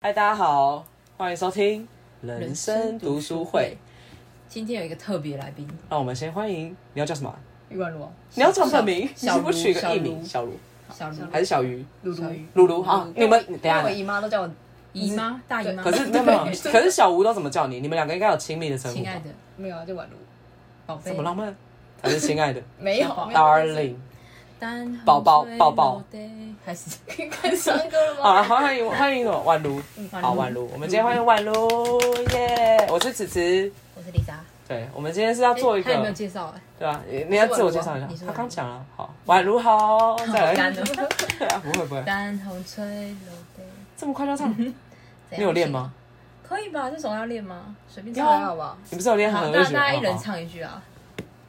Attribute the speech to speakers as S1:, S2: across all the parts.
S1: 嗨，大家好，欢迎收听人生读书会。
S2: 今天有一个特别来宾，
S1: 让我们先欢迎，你要叫什么？
S2: 玉冠如啊，
S1: 你要叫本名，你
S2: 小
S1: 是不取个
S2: 小
S1: 艺
S2: 卢嗯
S1: 名？小卢
S2: 小卢
S1: 还是小鱼？
S3: 露
S2: 小
S3: 露
S2: 鱼
S1: 露露啊？你们等一
S3: 因为我
S1: 下，
S3: 姨妈都叫我
S2: 姨妈大姨妈，
S1: 可是没有没有，可是小吴都怎么叫你？你们两个应该有亲密的称呼
S2: 亲
S1: 吧
S2: 爱？的
S3: 没有啊，就宛如
S2: 宝贝，
S1: 怎么浪漫？还是亲爱 的
S3: 没有
S2: 小宝
S3: 没有
S1: ？Darling，
S2: 单
S1: 宝宝宝宝，
S2: 开始
S3: 开始唱歌了
S1: 好了，
S3: 吗？
S1: 好啊欢迎欢迎什么？宛如，
S2: 嗯
S1: 好宛如，我们今天欢迎宛如，耶！我是子慈，
S2: 我是丽莎。
S1: 对，我们今天是要做一
S2: 他有没有
S1: 个，
S2: 介绍啊？
S1: 对吧？你要自我介绍一
S2: 你
S1: 下，
S2: 是宛如
S1: 他刚讲了，好，宛如好，再来
S2: 干，的，
S1: 对啊， 不会不会，
S2: 丹红吹楼的。
S1: 这么快就要唱？
S2: 嗯怎样
S1: 你有练吗？？
S2: 可以吧？这首要练吗？随便
S3: 这
S2: 唱
S3: 还好吧？
S1: 你不是有练
S2: 好，
S1: 啊很
S2: 大
S1: 多
S2: 家
S1: 曲
S2: 大家一人
S1: 吗？
S2: 唱一句啊。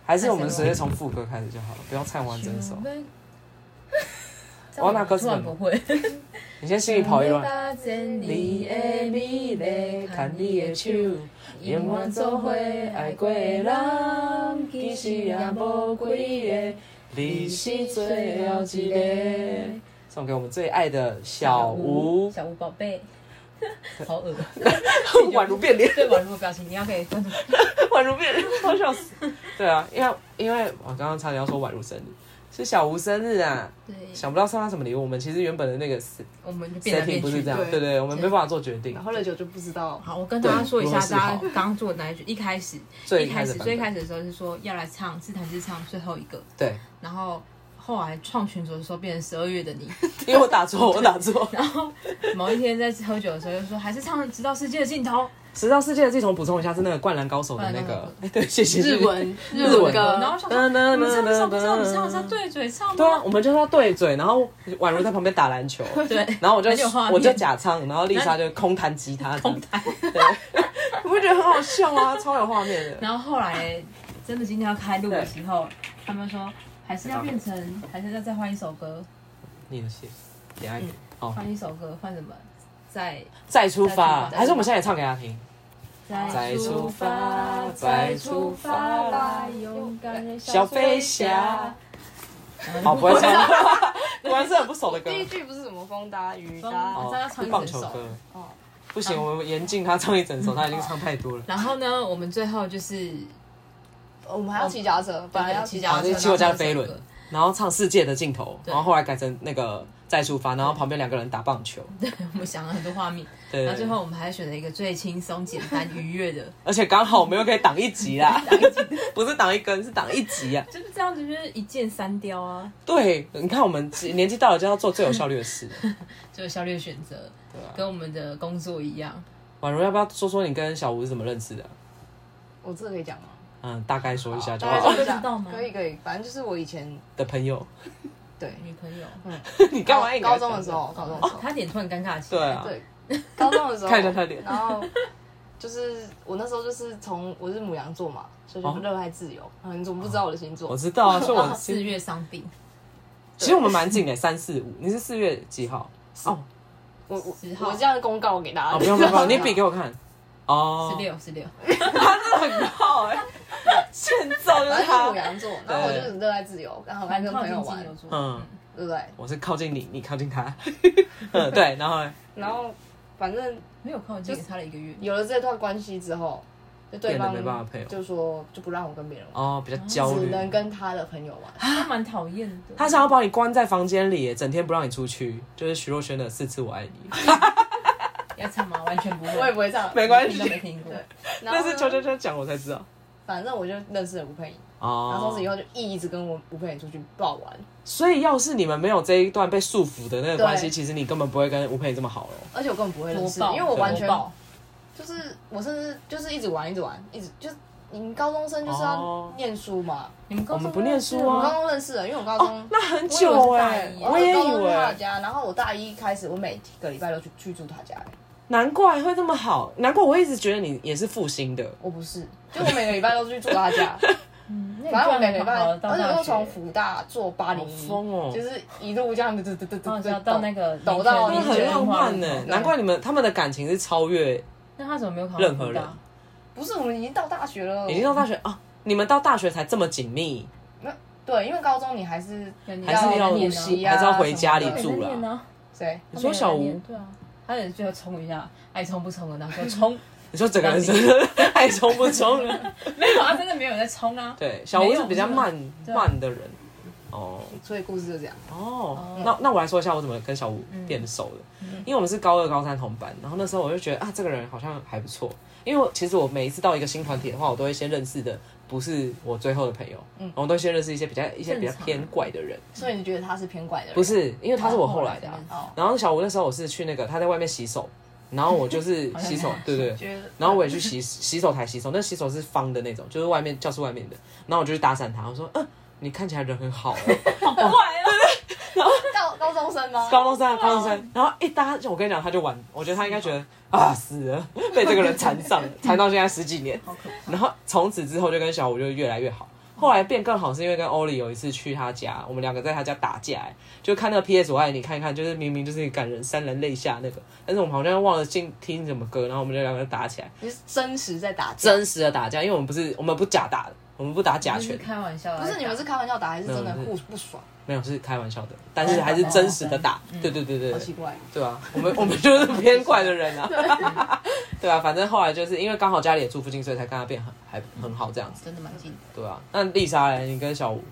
S1: 还是我们直接从副歌开始就好了，不要唱完整首。
S2: 这样
S1: 我哪个是
S2: 突然
S1: 本
S2: 不会？
S1: 你先心里跑一 乱。
S2: 搭建
S1: 你
S2: 你
S1: 的
S2: 的
S1: 美
S2: 美
S1: 丽，
S2: 丽，
S1: 牵
S2: 牵
S1: 你
S2: 你
S1: 的
S2: 的
S1: 手
S2: 手，，
S1: 永远做伙爱过的人，其实也无几个，你是最后一个。送给我们最爱的小吴，
S2: 小吴宝贝， 好恶，
S1: 宛如变脸，
S2: 对宛如的表情，你要给观众
S1: 宛如 变脸，好笑死。对啊，因为因为我刚刚差点要说宛如生日，是小吴生日啊，
S2: 对，
S1: 想不到送他什么礼物。我们其实原本的那个是
S2: 我们就变来
S1: setting
S2: 变
S1: 不是
S2: 去
S1: 这样，
S3: 对
S1: 对对，我们没办法做决定。
S3: 喝了酒就不知道，
S2: 好，我跟大家说一
S1: 对如
S2: 下，
S1: 何
S2: 大
S1: 是
S2: 家刚做的那一句，一开始
S1: 最
S2: 一开始
S1: 的版本
S2: 最开始的时候是说要来唱自弹自唱最后一个，
S1: 对，
S2: 然后后来创群组的时候变成十二月的你，
S1: 因为我打错，我打错。
S2: 然后某一天在喝酒的时候就说还是唱直到世界的尽头，
S1: 直到世界的尽头，补充一下，是那个《灌篮高手》的那
S2: 灌篮
S1: 个
S2: 高，
S1: 哎，对，谢谢。谢谢
S3: 日文
S2: 日
S1: 文歌
S2: 文歌，然后想说
S1: 噔噔
S2: 你们唱不唱不唱不
S1: 噔
S2: 唱不唱对嘴唱
S1: 对啊，
S2: 吗？
S1: 我们就是要对嘴，然后 宛如在旁边打篮球，
S2: 对，
S1: 然后我就
S2: 很有画面
S1: 我就假唱，然后丽莎就空弹吉他，
S2: 空台。
S1: 你不觉得很好笑吗？超有画面的。
S2: 然后后来真的今天要开录的时候，他们说还是要变成，还是要再换一首歌，
S1: 你的戏，点爱你。好，
S2: 换一首歌，换什么？再
S1: 再出发，
S2: 嗯再出发
S1: 还是我们现在也唱给他听？
S2: 再
S1: 出
S2: 出
S1: 发
S2: 发，
S1: 再
S2: 再
S1: 出
S2: 出
S1: 发吧
S2: 发吧，勇敢的
S1: 小
S2: 小
S1: 飞
S2: 飞
S1: 侠
S2: 侠。
S1: 好，不会 唱，果然是很不熟的歌。
S3: 第一句不是什么风搭雨
S2: 风
S3: 搭，
S1: 哦
S2: 这要唱一整首
S1: 棒球歌。
S3: 哦
S1: 不行，我们严禁他唱一整
S2: 嗯
S1: 首，他已经唱太 多了。
S2: 然后呢，我们最后就是
S3: 我们还要骑脚踏车，本来要
S2: 骑
S3: 骑
S2: 脚踏
S1: 啊，
S2: 车
S1: 就
S3: 车
S1: 是骑我家的飞轮，然后唱《世界的尽头》，
S2: 对
S1: 然后后来改成那个再出发，然后旁边两个人打棒球，
S2: 我们想了很多画面，
S1: 对
S2: 然后最后我们还选了一个最轻松、简单、愉悦 的，
S1: 而且刚好我们又可以挡一集 啦， 不是挡一根，是挡一集啊。
S2: 就是这样子，就是一箭三雕啊，
S1: 对，你看我们年纪到了就要做最有效率的事，
S2: 就是效率的选择，
S1: 对吧、
S2: 跟我们的工作一样。
S1: 宛如要不要说说你跟小吴是怎么认识的？
S3: 我这个可以讲吗？
S1: 嗯，大概说一下就
S3: 大概
S1: 好
S2: 哦
S3: 就是
S2: 知
S3: 这样
S2: 道吗
S3: 可以可以，反正就是我以前
S1: 的朋友，
S3: 对
S2: 女朋友，
S1: 你干嘛？
S3: 啊高中的时，候，高中的时
S2: 哦，
S3: 候，
S2: 他脸突然尴尬起
S1: 对
S2: 来。
S1: 啊，
S3: 对， 高中的时候，
S1: 看一下他脸
S3: 然后就是我那时候就是从我是母羊座嘛，所以就热爱自由。啊，你怎么不知道我的星
S1: 哦我
S3: 座？
S1: 知道啊，所以 我
S2: 四月伤病，
S1: 其实我们蛮近的，三四五，你是四月几号？哦，
S3: 我我
S2: 十号
S3: 我这样公告给大家，
S1: 哦，不用不用，不 用你
S3: 比
S1: 比给我看。哦，
S2: 十六十六，
S1: 很好哎、欠揍就是
S3: 反正就是
S1: 他
S3: 母。羊座，然后我就是热爱自由，然后很爱跟朋友玩，
S1: 嗯，
S3: 对不对？
S1: 我是靠近你，你靠近他。 嗯，对，然后呢
S3: 然后反正
S2: 没有靠近，也差了一个月。
S3: 有了这段关系之后，就对
S1: 变得
S3: 方
S1: 没办法配偶
S3: 就说就不让我跟别人玩，
S1: 哦，比较焦
S3: 只
S1: 虑。
S3: 能跟他的朋友 玩。
S2: 啊他蛮讨厌的，
S1: 他想要把你关在房间里耶，整天不让你出去，就是徐若瑄的《四次我爱你》，
S2: 要唱吗？完全不 会，
S3: 我也不会唱，
S1: 没关
S2: 听都没
S1: 系。
S2: 听过。
S3: 对然后
S1: 那
S3: 呢
S1: 是球球球讲我才知道。
S3: 反正我就认识了吴佩颖，然后从
S1: 哦
S3: 此以，后就一直跟我吴佩颖出去爆玩，
S1: 所以要是你们没有这一段被束缚的那个关系，
S3: 对
S1: 其实你根本不会跟吴佩仪这么好了。
S3: 而且我根本不会认识，
S2: 多爆
S3: 因为我完全
S2: 多爆
S3: 就是我甚至就是一直玩一直玩，一直就是你们高中生就是要
S1: 哦
S3: 念书嘛，
S2: 你们高
S1: 我
S2: 中
S1: 们不念书
S3: 我们
S1: 啊
S3: 高中认识的，因为我高中
S1: 那很久哎，我
S2: 我
S1: 也
S3: 也
S1: 以
S3: 他
S1: 为，
S3: 家，然后我大一开始，我每个礼拜都去去住他家、哎
S1: 难怪会这么好，难怪我一直觉得你也是负心的。
S3: 我不是，就我每个礼拜都去住 他家，
S2: 嗯那你
S3: 反正我
S2: 赚
S3: 每个
S2: 得
S3: 礼
S2: 蛮
S3: 拜
S2: 好的，到
S3: 而且我
S2: 大
S3: 又从
S2: 学，
S3: 福大坐八零
S1: 好
S3: 一，
S1: 疯哦
S3: 就是一路这样子，嘟嘟嘟
S2: 哦
S3: 嘟
S2: 知
S3: 嘟
S2: 道，到那个
S3: 抖到
S1: 那
S2: 民
S1: 很
S2: 权
S1: 浪漫呢、
S3: 嗯
S2: 文化路口
S1: 难怪你们他们的感情是超越，
S2: 那他怎么没有考
S1: 任何人
S3: 不是我们已经到大学了，
S1: 已经到大学啊，你们到大学才这么紧密，
S3: 没有对，因为高中你还是
S2: 还
S1: 还是
S3: 要
S1: 要
S3: 补
S2: 练
S3: 习
S2: 啊
S3: 啊
S1: 还是要回家里
S3: 什么的
S1: 住啦
S2: 了？
S3: 谁？
S1: 你说小吴
S2: 对啊，他有人就要冲一下，爱冲不冲的，然后说冲，
S1: 你说整个人生 爱冲不冲呢？
S2: 没有啊，真的没有人在冲啊。
S1: 对，小吴是比较慢
S2: 对啊
S1: 慢的人。哦
S3: 所以故事就这样。
S1: 哦，那那我来说一下我怎么跟小吴变熟的，因为我们是高二高三同班，然后那时候我就觉得啊，这个人好像还不错，因为我其实我每一次到一个新团体的话，我都会先认识的不是我最后的朋友，然后我都会先认识一些比较一些比较
S2: 正常
S1: 偏怪的人，
S3: 所以你觉得他是偏怪的人？
S1: 不，是，因为他是我后来的、啊。
S3: 哦，
S1: 然后小吴那时候我是去那个他在外面洗手，然后我就是洗手，对对对。
S3: 觉得
S1: 然后我也去洗洗手台洗手，那洗手是方的那种，就是外面教室外面的。然后我就去搭讪他，我说：“嗯，你看起来人很好、哦。
S2: 好怪哦，
S3: 高高中生吗”？
S1: 高中生啊，高中生。然后一搭，我跟你讲，他就完。我觉得他应该觉得啊，死了，被这个人缠上， 缠到现在十几年。
S2: 好可怕。
S1: 然后从此之后就跟小吴就越来越好。后来变更好是因为跟欧里有一次去他家，我们两个在他家打架、欸，就看那个 PS 我爱你看一看，就是明明就是感人潸然泪下那个，但是我们好像忘了听听什么歌，然后我们就两个人打起
S2: 嗯
S1: 来，
S3: 你是真实在打架？
S1: 真实的打架，因为我们不是我们不假打的，我们不打假
S2: 不是
S1: 拳，
S2: 开玩笑的，啊
S3: 不是你们是开玩笑打，还是真的
S1: 没有
S3: 互不爽？
S1: 没有是开玩笑的，但是还是真实的打，
S2: 嗯
S1: 对对对对
S3: 好
S1: 对
S3: 奇怪。
S1: 对啊，我们我 们就是偏怪的人啊， 对啊，反正后来就是因为刚好家里也住附近，所以才跟他变很还很好这样子，
S2: 真的蛮近的，
S1: 对啊。那丽莎嘞，你跟小吴？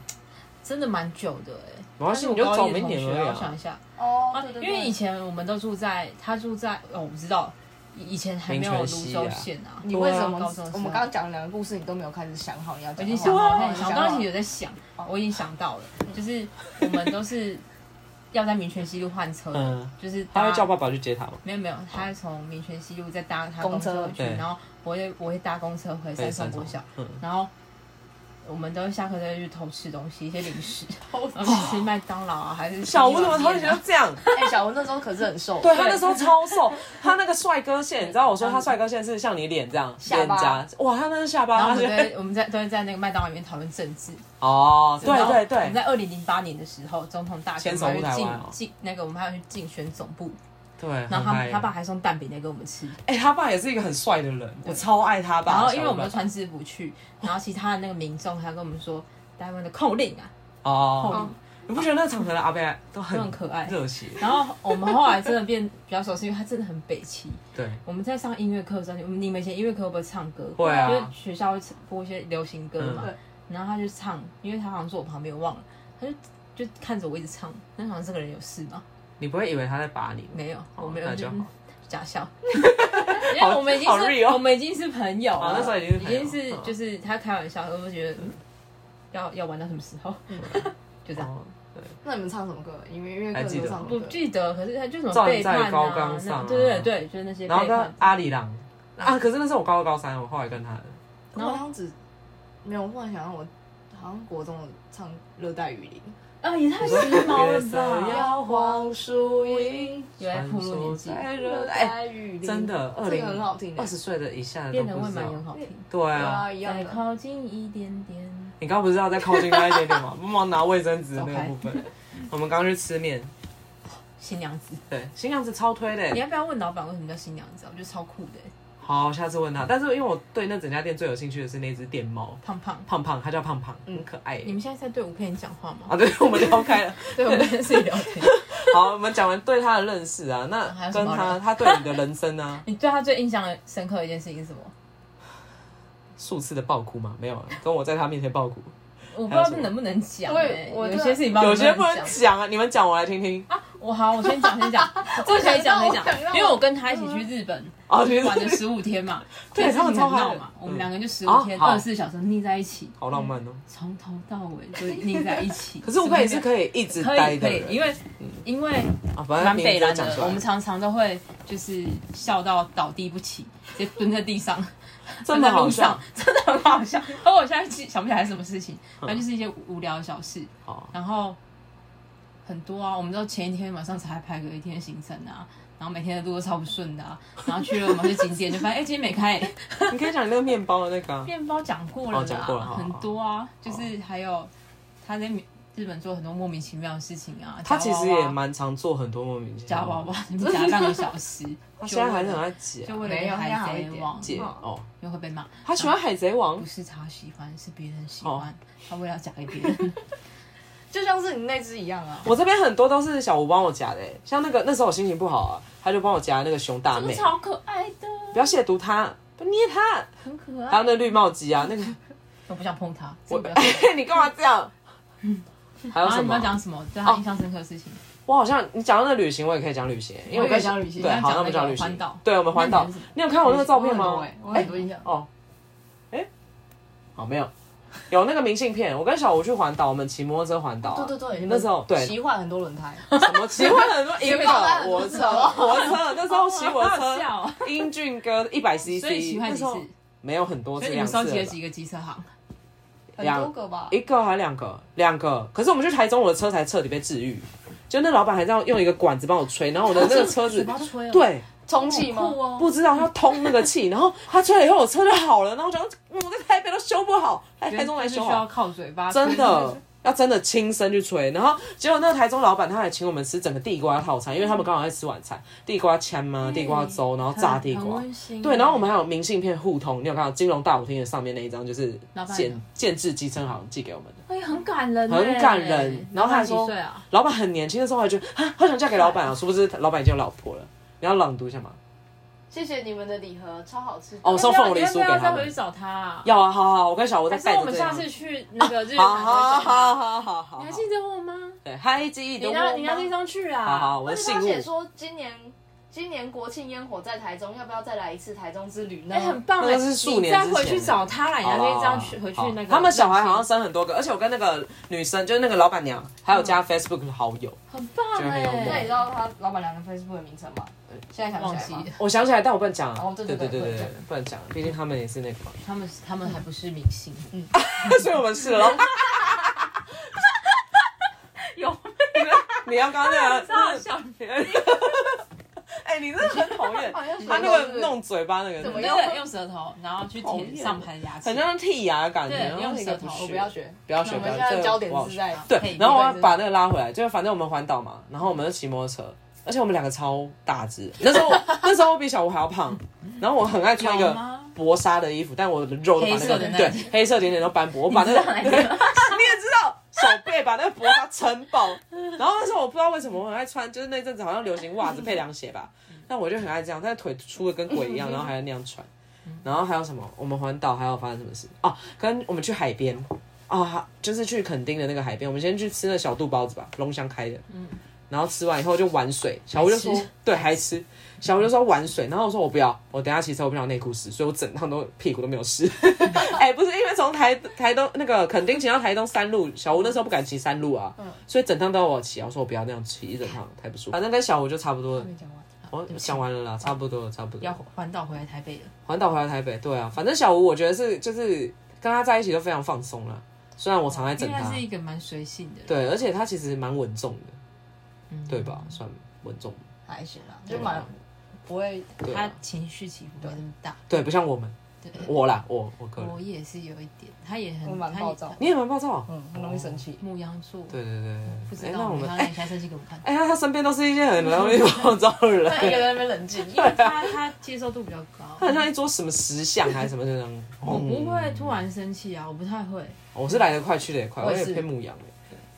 S2: 真的蛮久的哎。
S1: 没关系
S2: 他是我
S1: 你就
S2: 高一
S1: 早
S2: 的
S1: 明
S2: 同
S1: 年
S2: 学
S1: 而已啊
S2: 我想一下，
S3: 哦
S2: 啊，因为以前我们都住在，他住在，哦，我不知道，以以前还没有泸州县啊。
S3: 你为什
S2: 对
S3: 么
S2: 啊高中生
S3: 我们刚刚讲了两个故事，你都没有开始想好你要
S2: 我
S3: 讲
S2: 已
S3: 的
S2: 经
S3: 话？
S2: 想好，
S3: 对啊
S2: 我想，
S3: 你
S2: 我
S3: 好
S2: 当时有在想，我已经想到了，就是我们都是要在民权西路换车的，
S1: 嗯，
S2: 就是搭
S1: 他会叫爸爸去接他吗？
S2: 没有没有，他是从民权西路再搭他
S3: 公
S2: 公车
S3: 车
S2: 回去，
S1: 对
S2: 然后我会我会搭公车回三重国小，
S1: 嗯，
S2: 然后我们都下课都会去偷吃东西，一些零 食，偷吃麦当劳啊，还是
S1: 小吴怎么会觉
S2: 啊
S1: 得这 样？
S3: 哎，小文那时候可是很瘦，
S1: 对他那时候超瘦，他那个帅哥线，你知道我说他帅哥线是像你脸这样，
S3: 下
S1: 脸
S3: 巴
S1: 颊，哇，他那是下
S2: 然后
S1: 巴，
S2: 我
S1: 他
S2: 们
S1: 觉
S2: 都
S1: 得
S2: 会我们在都会在那个麦当劳里面讨论政治，
S1: 哦，
S2: 然后
S1: 对对
S2: 我们
S1: 对
S2: 在二零零八年的时候，总统大选，
S1: 牵
S2: 我
S1: 手
S2: 们
S1: 舞
S2: 还
S1: 台
S2: 去
S1: 湾哦
S2: 竞竞那个，我们还要去竞选总部，
S1: 对，
S2: 然后
S1: 很
S2: 他
S1: 嗨
S2: 他爸，还送蛋饼来给我们吃，
S1: 哎，他爸也是一个很帅的人，我超爱他爸。
S2: 然后因为
S1: 小
S2: 我
S1: 吴爸
S2: 们都穿制服去，然后其他的那个民众还跟我们说台湾的扣令啊，
S1: 哦，
S2: 扣
S1: 你不觉得那个场合的阿贝都
S2: 令
S1: 很
S2: 都很可爱。
S1: 热血？
S2: 然后我们后来真的变比较熟，是因为他真的很北齐。
S1: 对，
S2: 我们在上音乐课的时候，你们你们以前音乐课会不会唱歌？
S1: 会啊
S2: 就是学校会播一些流行歌嘛。
S1: 嗯
S3: 对
S2: 然后他就唱，因为他好像坐我旁边，我忘了，他就就看着我一直唱。那好像这个人有事吗？
S1: 你不会以为他在把你，
S2: 没有，
S1: 哦
S2: 我没有，嗯
S1: 那就好。
S2: 假笑，因为我们已经
S1: 好
S2: 是，
S1: real
S2: 我们已经是朋友
S1: 哦
S2: 了，
S1: 那时候已经是
S2: 已
S1: 朋友
S2: 经是
S1: 嗯
S2: 就是他开玩笑，我就觉得嗯要要玩到什么时候， 就这样。
S1: 哦对
S3: 那你们唱什么歌？因为因为
S1: 还
S3: 歌
S1: 记得
S3: 手唱什
S2: 不
S3: 么歌？
S2: 记得，可是他就什么
S1: 站在
S2: 背叛
S1: 高
S2: 啊
S1: 岗，上
S2: 那
S1: 啊
S2: 对对对，就是那些背
S1: 然后跟
S2: 叛。
S1: 阿里郎啊，可是那是我高二高三，我后来跟他的。
S3: 我
S2: 然后
S3: 好像只没有，我忽然想到我好像国中有唱《热带雨林
S2: 啊，也太时髦
S1: 月色
S2: 了 吧！
S1: 摇
S3: 晃树荫，
S2: 有来铺路年纪，
S3: 热带雨林，
S1: 哎真的，二
S3: 这
S1: 零
S3: 个很好听哎的
S1: 二十岁的以下的
S2: 变
S1: 都
S2: 得
S1: 不
S2: 未
S1: 知道
S2: 满。也好听。
S1: 对
S3: 对
S1: 啊
S3: 啊，，一样
S2: 再
S3: 的。
S2: 靠近一点点，
S1: 你刚刚不是要再靠近他一点点吗？帮 忙拿卫生纸的那个部 分。我们刚刚去吃面，
S2: 新娘子，
S1: 对，新娘子超推
S2: 你
S1: 的。
S2: 要不要问老板为什么叫新娘子啊？我觉得超酷的，
S1: 好，下次问他。但是因为我对那整家店最有兴趣的是那只电猫，
S2: 胖胖。
S1: 胖胖，它叫胖胖，
S2: 嗯
S1: 很可爱。
S2: 你们现在在对吴佩你讲话
S1: 哎啊，
S2: 吗？
S1: 对， 我们聊开了。
S2: 对，我们在自己聊天。
S1: 好，我们讲完对他的认识啊，那
S2: 还有什
S1: 跟
S2: 么
S1: 他
S2: 嘞
S1: 他对你的人生啊呢，
S2: 你对他最印象的深刻的一件事情是什么？
S1: 数次的爆哭吗？没有，啊，跟我在他面前 爆哭，
S2: 我不知道能不能讲
S3: 我
S2: 欸，
S3: 也我
S2: 有
S3: 真的
S2: 些事情
S1: 有些不
S2: 不能
S1: 能
S2: 讲。
S1: 讲啊。你们讲，我来听听。
S2: 啊，我好，我先讲，先讲，这个可以讲，可以讲
S3: 我想到，
S2: 因为我跟他一起去日本
S1: 哦去日本
S2: 玩了十五天嘛，
S1: 对
S2: 这件事情
S1: 他们超
S2: 很闹
S1: 嗨的
S2: 嘛，
S1: 嗯
S2: 我们两个就十
S1: 啊
S2: 五天
S1: 好
S2: 二十四小时腻在一起，
S1: 好浪漫哦、
S2: 从头到尾就腻在一起。
S1: 可是吴佩也是
S2: 以
S1: 可以一直
S2: 可
S1: 待
S2: 以
S1: 的
S2: 可以，
S1: 人，
S2: 因为因为
S1: 啊，反正
S2: 蛮
S1: 名
S2: 北
S1: 字都
S2: 蓝
S1: 讲
S2: 的
S1: 出，来，
S2: 我们常常都会就是笑到倒地不起，直接蹲在地上，
S1: 真
S2: 蹲
S1: 的
S2: 在路
S1: 好笑
S2: 上。，真的很好笑。而我现在记想不起来是什么事情，反正就是一些无聊的小事。
S1: 好，
S2: 然后很多啊，我们都前一天晚上才排个一天的行程啊，然后每天的路都超不顺的啊，然后去了某些景点就发现，哎、今天没开、
S1: 你可以讲你那个面包的那个、啊，
S2: 面包讲过了
S1: 哦
S2: 啦，
S1: 讲过了好好
S2: 很多啊，就是还有他在日本做很多莫名其妙的事情啊，
S1: 他其实
S2: 夹娃娃
S1: 也蛮常做很多莫名其妙。
S2: 夹娃娃，你们夹半个小时，
S1: 他现在还是很爱解
S2: 就为了
S3: 没有现在好
S2: 海
S3: 一
S2: 贼
S3: 点
S2: 王，
S1: 解
S3: 嗯
S1: 哦，
S2: 又会被骂。
S1: 他喜欢海贼王哦
S2: 不，是他喜欢，是别人喜欢，他为了要嫁给别人。
S3: 就像是你那只一样啊。
S1: 我这边很多都是小吴帮我夹的、欸，像那个那时候我心情不好啊，他就帮我夹那个熊大
S2: 真的
S1: 妹，
S2: 超可爱的，
S1: 不要亵渎他，不要捏他，
S2: 很可爱。
S1: 还有那绿帽鸡啊，那个
S2: 我不想碰它。
S1: 我
S2: 真的不要碰
S1: 你干嘛这样？还有
S2: 然后
S1: 什
S2: 你们
S1: 么？
S2: 要讲什么？对他印象深刻的事情？
S1: 我好像你讲到那旅行，我也可以讲旅行，因为
S3: 我
S1: 我
S3: 也
S1: 跟
S3: 讲旅行
S1: 对，
S2: 你要
S1: 好，那
S2: 讲
S1: 我们
S2: 那个
S1: 讲旅
S2: 环
S1: 行
S2: 岛，
S1: 对，我们环
S2: 那
S1: 岛
S2: 你讲什么。
S1: 你有看我那个照片
S3: 我
S1: 吗
S3: 很多欸？我很多印象
S1: 哦，哎，好，没有，有那个明信片。我跟小吴去环岛，我们骑摩托车环岛啊。
S3: 对对对，你们
S1: 那时候对
S3: 奇幻很多轮胎，
S1: 什么骑过很多英
S3: 骑
S1: 国
S3: 过很
S1: 我
S3: 多
S1: 车
S3: 次
S1: 我车，那时候骑我
S2: 哦好好笑
S1: 车
S2: 哦，
S1: 英俊哥一百 CC，
S2: 所以喜欢
S1: 那
S2: 几
S1: 时
S2: 次？
S1: 候没有很多，
S2: 所
S1: 是
S2: 以你们
S1: 两次
S2: 收
S1: 而
S2: 集了
S1: 已
S2: 几个机车行？
S3: 很
S1: 两
S3: 多个吧。
S1: 一个还两个，两个。可是我们去台中，我的车才彻底被治愈。就那老板还让用一个管子帮我吹，然后我的那个车子
S2: 嘴巴吹哦，
S1: 对
S3: 充气吗
S2: 好？酷哦，
S1: 不知道他通那个气，然后他吹了以后我车就好了。然后我想说，嗯我在台北都修不好，来台中来
S2: 就是
S1: 修
S2: 需要
S1: 好，
S2: 靠嘴巴，
S1: 真的。 要真的亲身去吹，然后结果那个台中老板他还请我们吃整个地瓜套餐，因为他们刚好在吃晚餐，地瓜签嘛，地瓜粥，然后炸地
S2: 很
S1: 瓜，
S2: 温馨。
S1: 对，然后我们还有明信片互通，你有看到金融大舞厅的上面那一张就是
S2: 老板
S1: 建
S2: 呢
S1: 建制机车行寄给我们的。
S2: 哎很感人欸，
S1: 很感人然后他还说
S2: 几岁啊？
S1: 老板很年轻的时候还觉得啊，好想嫁给老板啊，殊不知老板已经有老婆了。你要朗读一下吗？
S3: 谢谢你们的礼盒，超好吃的。
S1: 哦送凤梨酥给他们
S2: 要不要再回去找他啊？
S1: 要啊，好好好，我跟小吴再
S2: 还是
S1: 带
S2: 我
S1: 着
S2: 们
S1: 这
S2: 下
S1: 样。
S2: 次去那个日本
S1: 好
S2: 还会
S1: 好
S2: 找他
S1: 好好好好，
S2: 你还记得我吗？
S1: 对，还记得
S2: 你
S1: 我
S2: 让
S1: 吗
S2: 你让这张去啊！
S1: 好好，我的
S3: 而且
S1: 信
S3: 他写
S1: 物。
S3: 说今年今年国庆烟火在台中，要不要再来一次台中之旅呢？
S2: 哎、很棒哎、
S1: 那个是数
S2: 你
S1: 年之
S2: 再
S1: 前
S2: 回去找他啦，你
S1: 好
S2: 拿
S1: 啦
S2: 这一张
S1: 好啦
S2: 去回去
S1: 好
S2: 那个。嗯
S1: 他们小孩好像生很多个，而且我跟那个女生，就是那个老板娘，还有
S2: 嗯
S1: 加 Facebook 的好友。
S2: 很棒
S1: 觉得很
S2: 哎、
S1: 有用
S3: 那你知道他老板娘的 Facebook 的名称吗？现在想不
S2: 忘
S3: 起
S2: 记
S3: 来吗？
S1: 我想起来，但我不能讲啊
S3: 哦。对
S1: 对
S3: 对
S1: 对
S3: 对
S1: 对
S3: 不
S1: 对
S3: 能讲，
S1: 不能讲，毕竟他们也是那 个嘛。
S2: 他们他们还不是明星，
S1: 所以我们是了。
S2: 有
S1: 你要刚刚那
S2: 超 好
S1: 个，嗯
S2: 笑。
S1: 哎，你真的很讨 厌。
S3: 好像是
S1: 他那个弄嘴巴那个，
S3: 怎么
S2: 对
S3: 样
S2: 对，用舌头，然后去
S1: 讨
S2: 舔
S1: 厌
S2: 上排的牙齿
S1: 很。像剔牙的感觉，
S2: 对
S1: 然后
S2: 用
S1: 那个
S2: 舌
S1: 不
S2: 头
S1: 学
S3: 我不要学，
S1: 不要
S2: 那
S1: 学，
S3: 我
S1: 不要
S3: 们现
S1: 这
S3: 在
S1: 个
S3: 焦点
S1: 不好
S3: 是
S1: 学
S3: 在
S2: 配
S1: 对，然后我要
S2: 配
S1: 把那个拉回来，就是反正我们环岛嘛，然后我们就骑摩托车，而且我们两个超大只，那时候 那时候我比小吴还要胖，然后我很爱穿一
S2: 有
S1: 个
S2: 吗
S1: 薄纱的衣服，但我的肉都把
S2: 黑
S1: 那
S2: 色
S1: 个
S2: 的那
S1: 对
S2: 种
S1: 黑色点点都斑驳，我把那个
S2: 哪
S1: 你
S2: 一
S1: 也
S2: 个
S1: 知道。手背把那个薄纱撑爆，然后那时候我不知道为什么我很爱穿，就是那阵子好像流行袜子配凉鞋吧，
S2: 嗯
S1: 但我就很爱这样，但是腿粗的跟鬼一样，然后还要那样穿。然后还有什么？我们环岛还有发生什么事？哦，跟我们去海边啊，就是去垦丁的那个海边，我们先去吃那小肚包子吧，龙翔开的。嗯。然后吃完以后就玩水，小吴就说
S2: 还吃
S1: 对，还吃。小吴就说玩水，然后我说我不要，我等一下骑车我不想内裤湿，所以我整趟都屁股都没有湿。 哎、不是因为从台台东那个垦丁骑到台东山路，小吴那时候不敢骑山路啊，
S2: 嗯
S1: 所以整趟都要我骑啊。我说我不要那样骑，一整趟太不舒服。反正跟小吴就差不多了
S3: 还，没讲完。
S1: 我讲完了啦，差不多了，差不多了。
S2: 要环岛回来台北了，
S1: 环岛回来台北，对啊，反正小吴我觉得是就是跟他在一起都非常放松了，虽然我常在
S2: 因
S1: 整
S2: 为
S1: 他
S2: 他，是一个蛮随性的人，
S1: 对，而且他其实蛮稳重的，
S2: 嗯
S1: 对吧？？算稳重，
S3: 还行啊，就蛮不会。
S1: 对啊、
S2: 他情绪起伏没那么大，
S1: 对，不像我们，
S2: 对，
S1: 我啦，我我个人，
S2: 我也是有一点，他也
S3: 我
S2: 很
S3: 蛮
S2: 他
S3: 暴躁
S2: 也
S1: 你也蛮暴躁，
S3: 嗯，很容易生气。
S2: 牧羊座，
S1: 对对对
S2: 不
S1: 对，哎、
S2: 知道
S1: 那我
S2: 我
S1: 们
S2: 们
S1: 哎
S2: 看一下生气给我们 看。
S1: 哎、他身边都是一些很容易 暴躁的人，
S3: 一个人在那边冷静，
S2: 因为他他接受度比较高，
S1: 他很像一桌什么石像还是什么那种，
S2: 我不
S1: 嗯
S2: 会突然生气啊，我不太会。
S1: 我是来得快去得也快，我
S3: 我也
S1: 也
S3: 是
S1: 偏牧羊哎、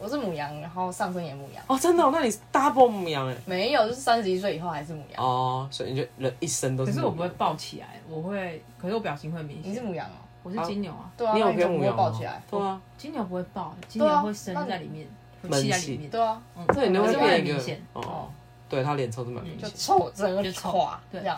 S3: 我是母羊，然后上升也母羊，
S1: 哦，真的、哦，那你 double 牧羊哎、
S3: 没有，就是三十一岁以后还是母羊。
S1: 哦，所以你就人一生都是
S2: 可
S1: 牧
S2: 是
S1: 羊，
S2: 我不会抱起来，我会，可是我表情会很明
S3: 你是
S2: 显。
S3: 母羊哦，
S2: 我是金牛啊，
S3: 对啊，
S1: 你
S3: 那
S1: 有
S3: 你就
S1: 偏
S3: 不
S1: 牧
S3: 会
S1: 羊
S3: 抱
S1: 吗
S3: 起来？
S1: 对啊，
S2: 金牛不会抱，金
S3: 对啊
S2: 牛会生在里面，会气在里面。
S3: 对啊，
S2: 嗯，
S1: 这里都
S2: 可
S1: 会
S2: 是
S1: 变
S2: 很
S1: 一个
S2: 明显。
S1: 哦，对他脸臭是蛮明
S2: 嗯
S3: 就
S1: 显，
S3: 臭，整个
S2: 就臭
S3: 垮，
S2: 对
S3: 这样。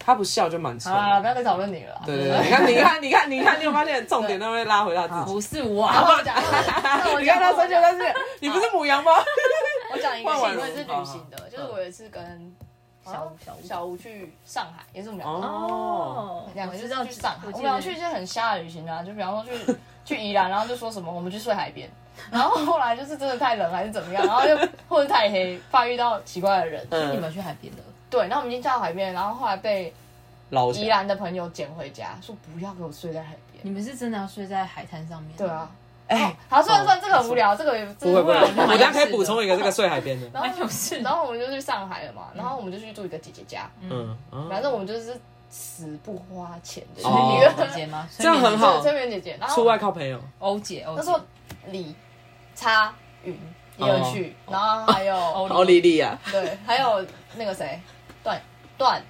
S1: 他不笑就蛮臭
S3: 好啦，
S1: 的。
S3: 不要再讨论你了啦。
S1: 对对对，你看你看你看你看，你有发现重点都会拉回到自己。
S2: 不是我啊，
S3: 然后我 讲，那我
S1: 你
S3: 讲
S1: 看他
S3: 我
S1: 生气，
S3: 讲
S1: 但是你不是母羊吗？
S3: 我讲一个
S1: 换完
S3: 新
S1: 了啊
S3: 闻是
S1: 好
S3: 旅行的，就是我有一次跟小
S2: 好
S3: 吴小吴小吴去上海，也是我们两个
S1: 哦，
S3: 两
S2: 我
S3: 个
S2: 知
S3: 就
S2: 道
S3: 是去上海，我
S2: 记
S3: 们
S2: 得
S3: 俩去一些很瞎的旅行啊，就比方说去去宜兰，然后就说什么我们去睡海边，然后后来就是真的太冷还是怎么样，然后又或者太黑，怕遇到奇怪的人。
S2: 你
S1: 嗯，
S2: 们去海边的，
S3: 对，然后我们已经到海边，然后后来被
S1: 老
S3: 宜兰的朋友捡回家，说不要给我睡在海边。
S2: 你们是真的要睡在海滩上面？
S3: 对啊，，
S1: 哎，
S3: 好，算了算了，这个很无聊，这个也
S1: 不会不会，
S2: 不会
S1: 我等下可以补充一个这个睡海边的。
S3: 然后
S2: 那哎就是
S3: 然后我们就去上海了嘛，然后我们就去住一个姐姐家，
S1: 嗯，
S3: 反正我们就是死不花钱的
S2: 催
S1: 哦
S2: 眠
S3: 女
S2: 姐
S3: 人，
S2: 姐吗？
S1: 这样很好
S3: 对催眠姐姐，然后
S1: 出外靠朋友，
S2: 欧姐，欧
S3: 那时
S2: 姐
S3: 候，李、叉、云也有去，
S1: 哦
S3: 然后还有
S1: 奥莉莉亚，
S3: 对，还有那个谁，段段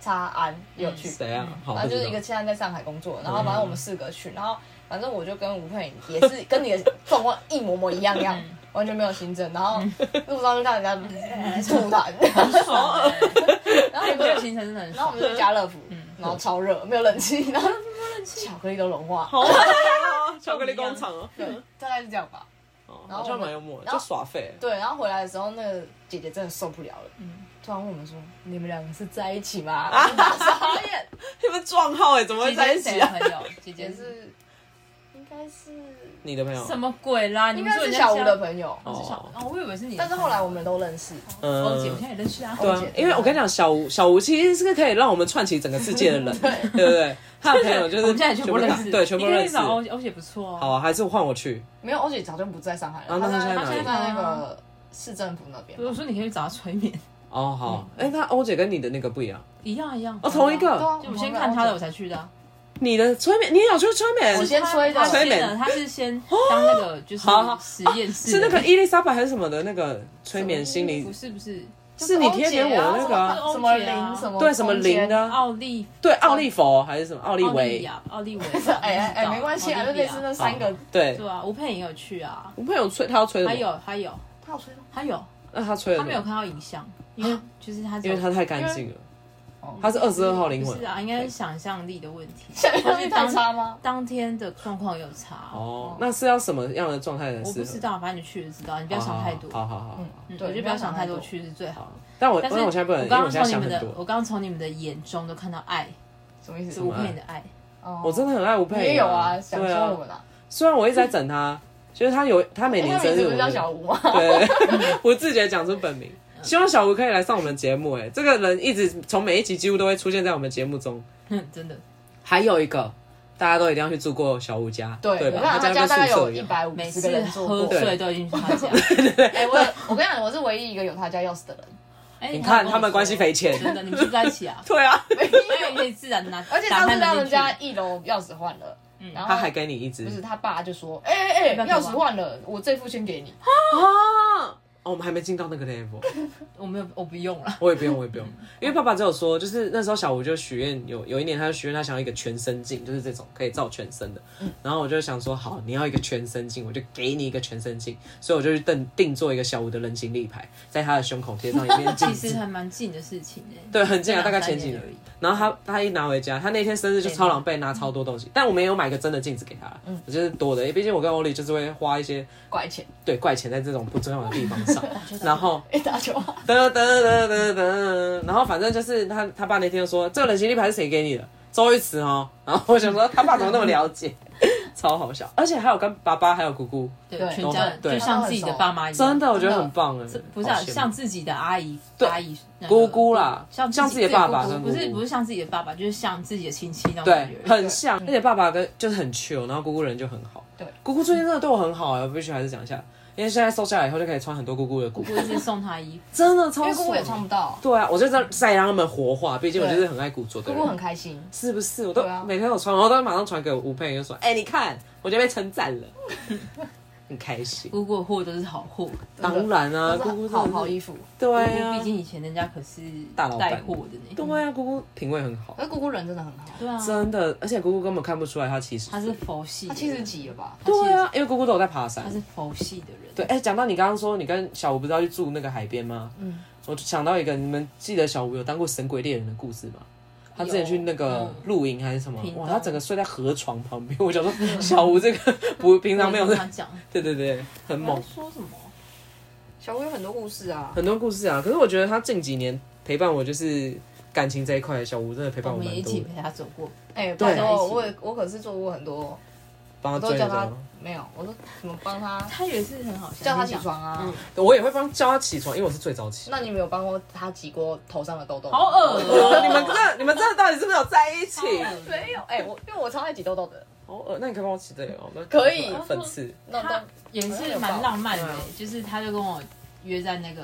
S3: 查安也有去，
S1: 谁啊？好，
S3: 反正就是一
S1: 不
S3: 嗯个
S1: 知
S3: 现在在上海工作，然后反正我们四个去，然后反正我就跟吴佩也是跟你的状况一模模一样样，完全没有行政，然后路上就看人家 吐痰，
S2: 爽欸
S3: 然后
S2: 泰
S3: 也
S2: 国
S3: 没有
S2: 的，行程真的很
S3: 然后我
S2: 爽，
S3: 们去家乐福，然后超嗯热，没有冷气，然后巧克力都融化，
S1: 道， 好，巧克力
S2: 啊
S1: 工厂哦，
S3: 对，大概是这样吧。
S1: 哦
S3: 然后
S1: 好像蛮幽默的，
S3: 然后
S1: 就耍废。
S3: 对，然后回来的时候，那个姐姐真的受不了了，突然问我们说：“你们两个是在一起吗？”我们大傻眼，
S1: 你们撞号哎，怎么
S2: 姐
S1: 会
S2: 姐
S1: 在
S2: 是
S1: 一
S2: 谁
S1: 起
S2: 的
S1: 啊？
S2: 朋友？姐姐
S3: 也
S2: 是
S3: 是，应该是
S1: 你的朋友
S2: 什么鬼啦？你
S3: 应
S2: 们
S3: 该
S2: 说
S3: 是
S2: 人家
S3: 小吴的
S2: 友，
S3: 朋友，
S2: 是小
S1: 哦，
S2: 哦，我以为是你的朋友，
S3: 但是后来我们都认识，
S1: 嗯
S2: 哦，姐，我现在也认识啊，
S1: 对啊
S3: 姐，姐
S1: 因为我跟你讲，小吴小吴其实是可以让我们串起整个世界的 人，对不对？他的朋友就是
S2: 我们现在全部认识，
S1: 对，全部
S2: 你可以
S1: 认识。
S2: 找欧
S1: 好
S2: 姐欧姐不错哦，
S1: 啊，还是换我去。
S3: 没有欧姐早就不在上海
S1: 啊
S3: 了，
S1: 那她
S3: 她
S1: 现在
S3: 她
S1: 哪
S3: 现
S1: 里
S3: 在在那个市政府那边
S2: 不是。我说你可以去找她催眠，
S1: 哦，好，
S2: 嗯
S1: 哎，那欧姐跟你的那个不一样，
S2: 一样一样，
S1: 哦，同一
S3: 对
S1: 个。
S3: 啊
S2: 就我先看她的，我才去的啊。
S1: 你的催眠，你也有去催眠？
S3: 我先催的
S2: 她
S1: 催
S2: 先
S1: 眠
S2: 的，她是先当那个就是
S1: 哦好好
S2: 实验室
S1: 是
S2: 的
S1: 那个伊丽莎白还是什么的那个催眠心
S2: 不
S1: 理？
S2: 是不是
S1: 是你贴给我的那个啊、
S2: 欧姐啊
S3: 什么零什么
S1: 对什么
S3: 空间
S1: 零的啊
S2: 奥利
S1: 对奥利佛还是什么奥利
S2: 哦奥利
S1: 维？
S2: 亚奥利维亚，
S3: 哎哎哎，没关系啊，
S2: 奥
S3: 就
S2: 利
S3: 类
S2: 亚
S3: 似那三个
S1: 哦。对，
S2: 对啊，吴佩也有去啊，
S1: 我朋友催他要催什么？
S2: 还有还有
S3: 他有吹吗？
S2: 还有，
S1: 那他催了
S2: 他
S1: 什
S2: 没有
S1: 么？
S2: 看到影像，因为就是他只
S1: 啊因
S2: 有
S1: 为他太干净了
S3: 哦，
S1: 他是二十二号灵
S2: 不
S1: 魂
S2: 是。啊，应该是想象力的问题，
S3: 想象力太差吗？
S2: 当天的状况有差
S1: 哦，那是要什么样的状态才
S2: 我
S1: 适
S2: 不
S1: 合
S2: 知？道，反正你去就知道，你不要想太多，
S1: 好好好好好。
S2: 嗯
S3: 对
S2: 我就不要想太多，去是最
S3: 嗯
S2: 好。
S1: 但我
S2: 但
S1: 但
S2: 是
S1: 我现在不能，因为
S2: 刚
S1: 我
S2: 刚
S1: 现在
S2: 从你
S1: 想
S2: 们
S1: 很
S2: 的，哦
S1: 多。
S2: 我刚刚从你们的眼中都看到爱，
S3: 什么意
S2: 是
S3: 思
S2: 吴？
S1: 嗯
S2: 佩的爱，
S3: 哦
S1: 我真的很爱吴佩
S3: 你
S1: 仪。
S3: 也有啊，想
S1: 对
S3: 说我
S1: 啊。
S3: 们啊。
S1: 虽然我一直在整他，就是他有他每
S3: 哎
S1: 年
S3: 他
S1: 生
S3: 名字
S1: 日我
S3: 不是
S1: 就，
S3: 叫小吴啊吗？
S1: 对， 不自觉讲出本名。
S2: 嗯
S1: 希望小吴可以来上我们节目，哎，这个人一直从每一集几乎都会出现在我们节目中。
S2: 嗯，真的
S1: 还有一个，大家都一定要去住过小吴家，
S3: 对，
S1: 对
S3: 我
S1: 吧？
S3: 看他
S1: 家
S3: 家大概
S1: 跟宿舍
S3: 有
S1: 一
S3: 一
S1: 样。
S3: 百五
S2: 每
S3: 十
S2: 次
S3: 个人坐
S2: 喝
S3: 过。
S2: 醉都已经去 他家，
S3: 哎，我有我跟你讲，我是唯一一个有他家钥匙的人，
S2: 哎，
S1: 你
S2: 你
S1: 看
S2: 有跟我
S1: 他们关系
S2: 说
S1: 匪浅
S2: 真的，你们是不是在
S1: ？
S2: 一起啊
S1: 对啊，
S2: 哎，你可以自然拿，
S3: 而且
S2: 打
S3: 上
S2: 开
S3: 次他
S2: 门
S3: 们
S2: 进去嗯
S3: 家一楼钥匙换了，然后
S1: 他还给你一只
S3: 不是他爸就说，哎哎哎，
S2: 要不要
S3: 钥
S2: 给我
S3: 匙换了，我这副先给你。
S1: 啊。哦，我们还没进到那个 level，
S2: 我没有，我不用 了。
S1: 我也不用，我也不用，因为爸爸只有说，就是那时候小吴就许愿，有有一年他就许愿，他想要一个全身镜，就是这种可以照全身的。然后我就想说，好，你要一个全身镜，我就给你一个全身镜，所以我就去定定做一个小吴的人形立牌，在他的胸口贴上一面镜
S2: 其
S1: 子
S2: 实，还蛮近的事情诶、
S1: 对，很近啊，大
S2: 这
S1: 概
S2: 两三
S1: 前几
S2: 年
S1: 年
S2: 而已。
S1: 然后他他一拿回家，他那天生日就超狼狈，拿超多东西，但我们也有买个真的镜子给他，嗯，就是多的，因为毕竟我跟欧丽就是会花一些
S3: 怪钱，
S1: 对怪钱在这种不重要的地方上，然后
S3: 哎，打球啊，
S1: 噔噔噔噔噔，然后反正就是他他爸那天就说这个人形立牌是谁给你的？周玉慈哦，然后我想说他爸怎么那么了解， 超好笑，而且还有跟爸爸还有姑姑，
S2: 对，
S3: 对
S2: 全家人
S1: 对
S2: 就像自己的爸妈一样，
S1: 真的我觉得很棒哎
S2: 是，不是、啊、
S1: 好羡慕
S2: 像自己的阿姨、
S1: 对
S2: 阿姨、那个
S1: 姑姑啦
S2: 像
S1: 像自己的爸爸
S2: 对
S1: 跟
S2: 姑姑不是
S1: 姑姑
S2: 不是像自己的爸爸，就是像自己的亲戚那种感
S1: 对
S2: 觉，。
S1: 很像，
S3: 嗯
S1: 而且爸爸跟就是很 chill，然后姑姑人就很好，
S3: 对，
S1: 姑姑最近真的对我很好哎，我必须还是讲一下，因为现在瘦下来以后就可以穿很多姑姑的
S2: 姑
S1: 裤子，
S2: 姑一直送他衣服，
S1: 真的
S3: 因
S1: 超
S3: 为姑姑也穿
S1: 爽。
S3: 不到，
S1: 对啊，我就在在让他们活化，毕竟我
S3: 对啊
S1: 就是很爱古着的
S3: 姑
S1: 人。
S3: 姑很开心。
S1: 是不是？我都
S3: 对啊
S1: 每天有穿，然后都马上传给我吴佩，就说：“哎、你看，我就被称赞了，很开心。
S2: 姑姑的货都是好货。”
S3: 真的
S1: 当然啊，
S3: 都
S1: 姑姑
S3: 是
S1: 真的
S3: 好
S1: 是
S3: 好衣服，
S1: 对
S2: 姑姑
S1: 啊
S2: 毕，竟以前人家可是
S1: 大老板
S2: 带货的呢。
S1: 对啊，姑姑品味很好
S3: 可，是姑姑人真的很好，
S2: 对啊，
S1: 真的，而且姑姑根本看不出来她其实
S2: 他是佛系的
S3: 她
S2: 人，
S3: 七十几了吧？
S1: 对啊，因为姑姑都有在爬山
S2: 他。是佛系的人。
S1: 对，哎、讲到你刚刚说你跟小吴不是要去住那个海边吗？嗯，我就想到一个，你们记得小吴有当过神鬼猎人的故事吗？他之前去那个露营还是什么
S2: 屏，东
S1: 哇，他整个睡在河床旁边。我想说，小吴这个不平常没有
S2: 跟
S1: 这
S2: 他，讲，
S1: 对对对，很
S2: 我
S1: 猛
S2: 要。说什么？
S3: 小姑有很多故事啊，
S1: 很多故事啊。可是我觉得他近几年陪伴我，就是感情这一块，小吴真的陪伴
S2: 我
S1: 我
S2: 们
S1: 蛮
S2: 也一
S1: 多
S2: 起
S1: 的，
S2: 陪他走过
S3: 哎，
S1: 对
S3: 拜托，我也我可是做过很多，
S1: 帮
S3: 我
S1: 他
S3: 都
S1: 追
S3: 叫
S1: 的
S3: 她
S1: 时
S3: 没有，我都怎么帮她
S2: 他也是很好笑，
S3: 叫她
S2: 你
S3: 起
S2: 讲
S3: 床啊？
S1: 候，我也会帮叫他起床，因为我是最早起。
S3: 那你没有帮过她挤过头上的痘痘？
S2: 好恶哦
S1: 你们这你们这到底是不是有在一起？
S3: 没有，哎，我因为我超爱挤痘痘的，
S1: 好恶，那你可以帮我起这个哦，那
S3: 可以
S1: 粉刺。
S3: 那
S2: 他
S3: 都
S2: 也是蛮浪漫的欸
S1: 对啊，
S2: 就是他就跟我约在那个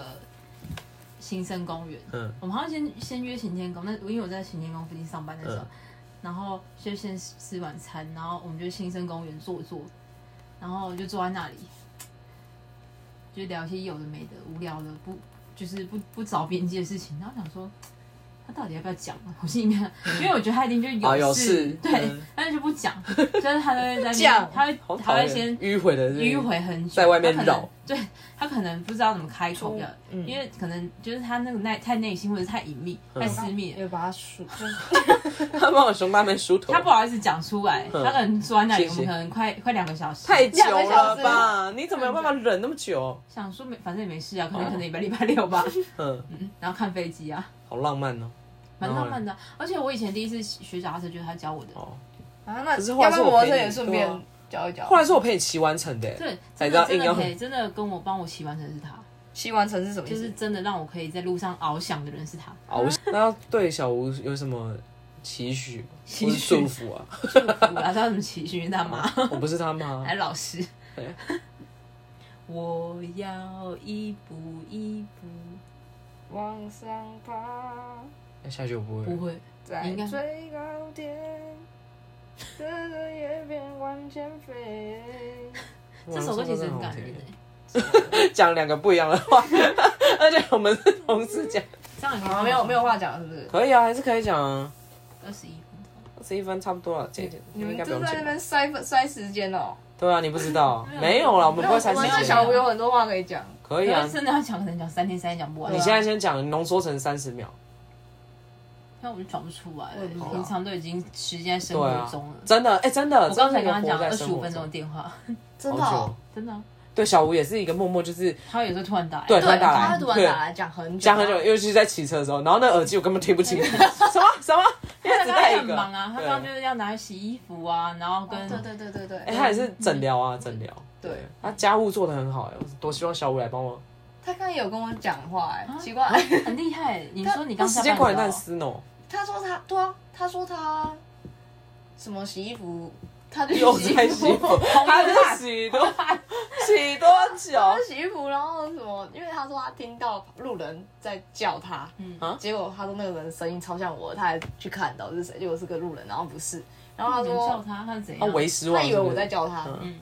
S2: 新生公园，
S1: 嗯，
S2: 我们好像先先约晴天宫，那因为我在晴天宫附近上班的时候
S1: 嗯，
S2: 然后就先吃晚餐，然后我们就新生公园坐坐，然后就坐在那里，就是聊一些有的没的、无聊的，不就是不不找边际的事情。然后想说，他到底要不要讲啊？我心里面，因为我觉得他一定就
S1: 啊
S2: 有
S1: 嗯有
S2: 事，
S1: 事
S2: 对
S1: 嗯，
S2: 但是就不讲，但是他都会在那边
S3: 讲，
S2: 他会
S1: 好
S2: 他
S1: 讨
S2: 会
S1: 厌，
S2: 先
S1: 迂回的是
S2: 迂回很久，
S1: 在外面
S2: 他可能
S1: 绕，
S2: 对他可能不知道怎么开口
S3: 出
S2: 要，
S3: 嗯
S2: 因为可能就是他那个内太内心或者太隐秘、
S1: 嗯
S2: 太私密了，
S3: 有把它数，就是
S1: 他帮我熊大妹梳头
S2: 他，不好意思讲出来，
S1: 嗯
S2: 他可能坐在那里，
S1: 谢
S2: 我
S1: 谢
S2: 们可能快快两个小时，
S1: 太久
S3: 两个小
S1: 了
S3: 时
S1: 吧？你怎么有办法忍那么久？
S2: 想说没，反正也没事啊，可能
S1: 哦
S2: 可能礼拜礼拜 六吧，
S1: 嗯，
S2: 嗯然后看飞机啊，
S1: 好浪漫哦。
S2: 蛮
S1: 然后
S2: 浪漫的。啊而且我以前第一次学脚踏车就是他教我的，
S1: 哦，
S3: 啊，那
S1: 可是
S3: 要
S1: 后来
S3: 不
S1: 是
S3: 要
S1: 我
S3: 摩托
S1: 陪
S3: 车
S1: 你
S3: 也顺
S1: 对
S3: 便
S1: 啊
S3: 教一教？
S1: 后来是我陪你骑完成的耶，
S2: 对，
S1: 才
S2: 真
S1: 知道
S2: 的真
S1: 硬要
S2: 的可以，真的跟我帮我骑完成是他，
S3: 骑完城是什么意
S2: 就
S3: 思？
S2: 是真的让我可以在路上翱翔的人 是他。
S1: 哦，那要对小吴有什么期许
S2: 期
S1: 或是
S2: 许
S1: 祝福啊？
S2: 我要知道怎么骑，训他妈。
S1: 我不是他妈
S2: 还，老师
S1: 哦对。
S2: 我要一步一步，
S3: 往上爬，
S1: 那下去我不
S2: 不
S1: 会。
S2: 会，
S3: 在
S2: 应该
S3: 最高点，遮着叶片往前飞。
S2: 这首歌其实很
S1: 哇
S2: 感人诶。
S1: 欸讲两个不一样的话， 而且我们是同时讲，
S2: 这样也可以
S3: 啊，
S2: 放
S3: 没有没有话讲了是不是？
S1: 可以啊，还是可以讲啊。
S2: 二十一分钟，
S1: 二十一分差不多了，这一点
S3: 你们
S1: 应该不
S3: 就
S1: 用
S3: 在那
S1: 剪吧
S3: 边。塞塞时间哦。
S1: 对啊，你不知道
S2: 没有
S1: 没有啦，我们不
S3: 没有，
S1: 会
S3: 我
S1: 才
S2: 时
S1: 是
S2: 间
S3: 们
S2: 那
S3: 对小吴有很多话可以讲。
S1: 可以啊
S2: 可。是真的要讲，可能讲三天三夜讲不完。
S1: 你现在先讲，浓缩成三十秒。
S2: 那我就讲不出来
S3: 我也不知
S2: 了，
S3: 道
S2: 平常都已经实践在生
S1: 对
S2: 活
S1: 啊
S2: 中了，。
S1: 真的，哎，真的，
S2: 我刚才跟他
S1: 真的
S2: 讲
S1: 活在
S2: 二十
S1: 生活
S2: 五分钟的
S1: 中，
S2: 电话，
S3: 真哦
S1: 好久。
S2: 真的啊，
S1: 对，小吴也是一个默默就是
S2: 他有时候突然打来，
S1: 对
S3: 对，
S1: 他打来
S3: 他突然打来讲很久，
S1: 讲很久，尤其是在骑车的时候，然后那耳机我根本听不 清楚，什么什么，因为
S2: 他
S1: 只
S2: 刚才
S1: 带
S2: 很
S1: 一个。
S2: 忙啊，他
S1: 对
S2: 刚刚就是要拿去洗衣服啊，然后跟
S3: 哦对对对对对
S1: 哎、
S3: 对，
S1: 他也是诊疗啊，诊疗。
S3: 对，
S1: 他家务做得很好哎、我多希望小五来帮我。
S3: 他刚刚有跟我讲话，哎
S2: 啊，
S3: 奇怪，
S2: 很厉害。你说你
S1: 那
S2: 刚
S1: 时
S2: 下
S1: 间
S2: 班
S1: 管理
S2: 的
S1: 很
S2: 时候
S1: 死哦，
S3: 他说他对啊，他说他什么洗衣服，他就
S1: 又
S3: 洗
S1: 在洗 衣服，他在洗多 洗多
S2: 哦
S3: 他
S1: 久？
S3: 洗衣服，然后什么，因为他说他听到路人在叫他，
S2: 嗯
S1: 啊
S3: 结果他说那个人声音超像我，他还去看到是谁，结果是个路人，然后不是，然后他
S2: 你们叫
S3: 说
S2: 他，他是怎
S1: 他
S2: 样？
S1: 为时忘，
S3: 他以为我在叫他，
S1: 嗯
S2: 嗯，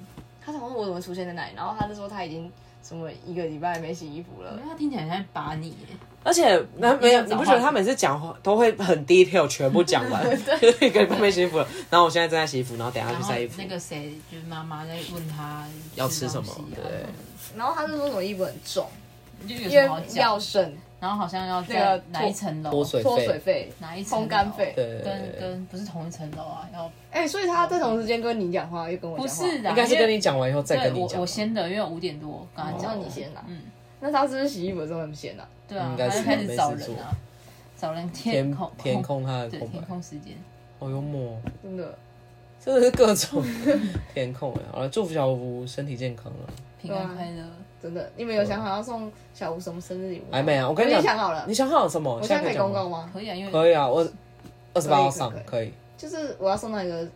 S3: 他想问我怎么出现在那里，然后他就说他已经什么一个礼拜没洗衣服
S2: 我
S3: 了
S2: 觉，得他听起来像在把你耶，
S1: 而且那没有，
S2: 一定要找
S1: 你不
S2: 话题
S1: 觉得他每次讲话都会很 detail，全部讲 完，就是一个人没洗衣服了。然后我现在正在洗衣服，然后等一下
S2: 然
S1: 去
S2: 后
S1: 晒衣服
S2: 那。个谁就是妈妈在问他
S1: 要吃什么
S2: 东西啊
S1: 对，
S3: 然后他就说什么衣服很重，
S2: 就是有
S3: 因
S2: 什
S3: 为
S2: 么好
S3: 要
S2: 讲，
S3: 省
S2: 然后好像要
S3: 那
S2: 在
S3: 个
S2: 哪一层楼
S1: 脱，水
S3: 脱水费、
S2: 哪一层楼
S3: 烘干费，
S1: 对，
S2: 跟跟不是同一层楼啊，要
S3: 哎、所以他在同时间跟你讲话，又跟我
S2: 不
S3: 讲话。
S2: 是的，
S1: 应该是
S2: 因为
S1: 跟你讲完以后再
S2: 对
S1: 跟你
S2: 我
S1: 讲吧。啊
S2: 我先的，因为我五点多刚
S3: 啊，
S2: 刚
S3: 你
S2: 讲
S3: 让
S2: 的，
S3: 你先啦、
S2: 嗯，
S3: 那他是不是洗衣服的时候很闲啊？
S2: 对啊
S1: 应，该
S2: 他
S1: 是
S2: 就开
S1: 没
S2: 始
S1: 事
S2: 找
S1: 做
S2: 人啊，找人
S1: 填
S2: 空
S1: 填
S2: 空
S1: 空他的
S2: 对
S1: 空白
S2: 填，空时间，
S1: 好幽默哦。
S3: 真的，
S1: 真的是各种填空哎。好了，祝福小吴身体健康了。
S2: 平安
S3: 对啊
S2: 快乐，
S3: 真的，你们有想好要送小吴什么生日礼物吗？
S1: 还没啊，我跟你
S3: 已经
S1: 讲，
S3: 想好了
S1: 你。想好了什么？
S3: 我现在可
S1: 哦
S3: 以
S1: 讲
S3: 公
S1: 吗
S3: 告吗？
S2: 可以啊，因为
S1: 可以啊，我二十八号上
S3: 可以
S1: 可以。
S3: 就是我要送那个，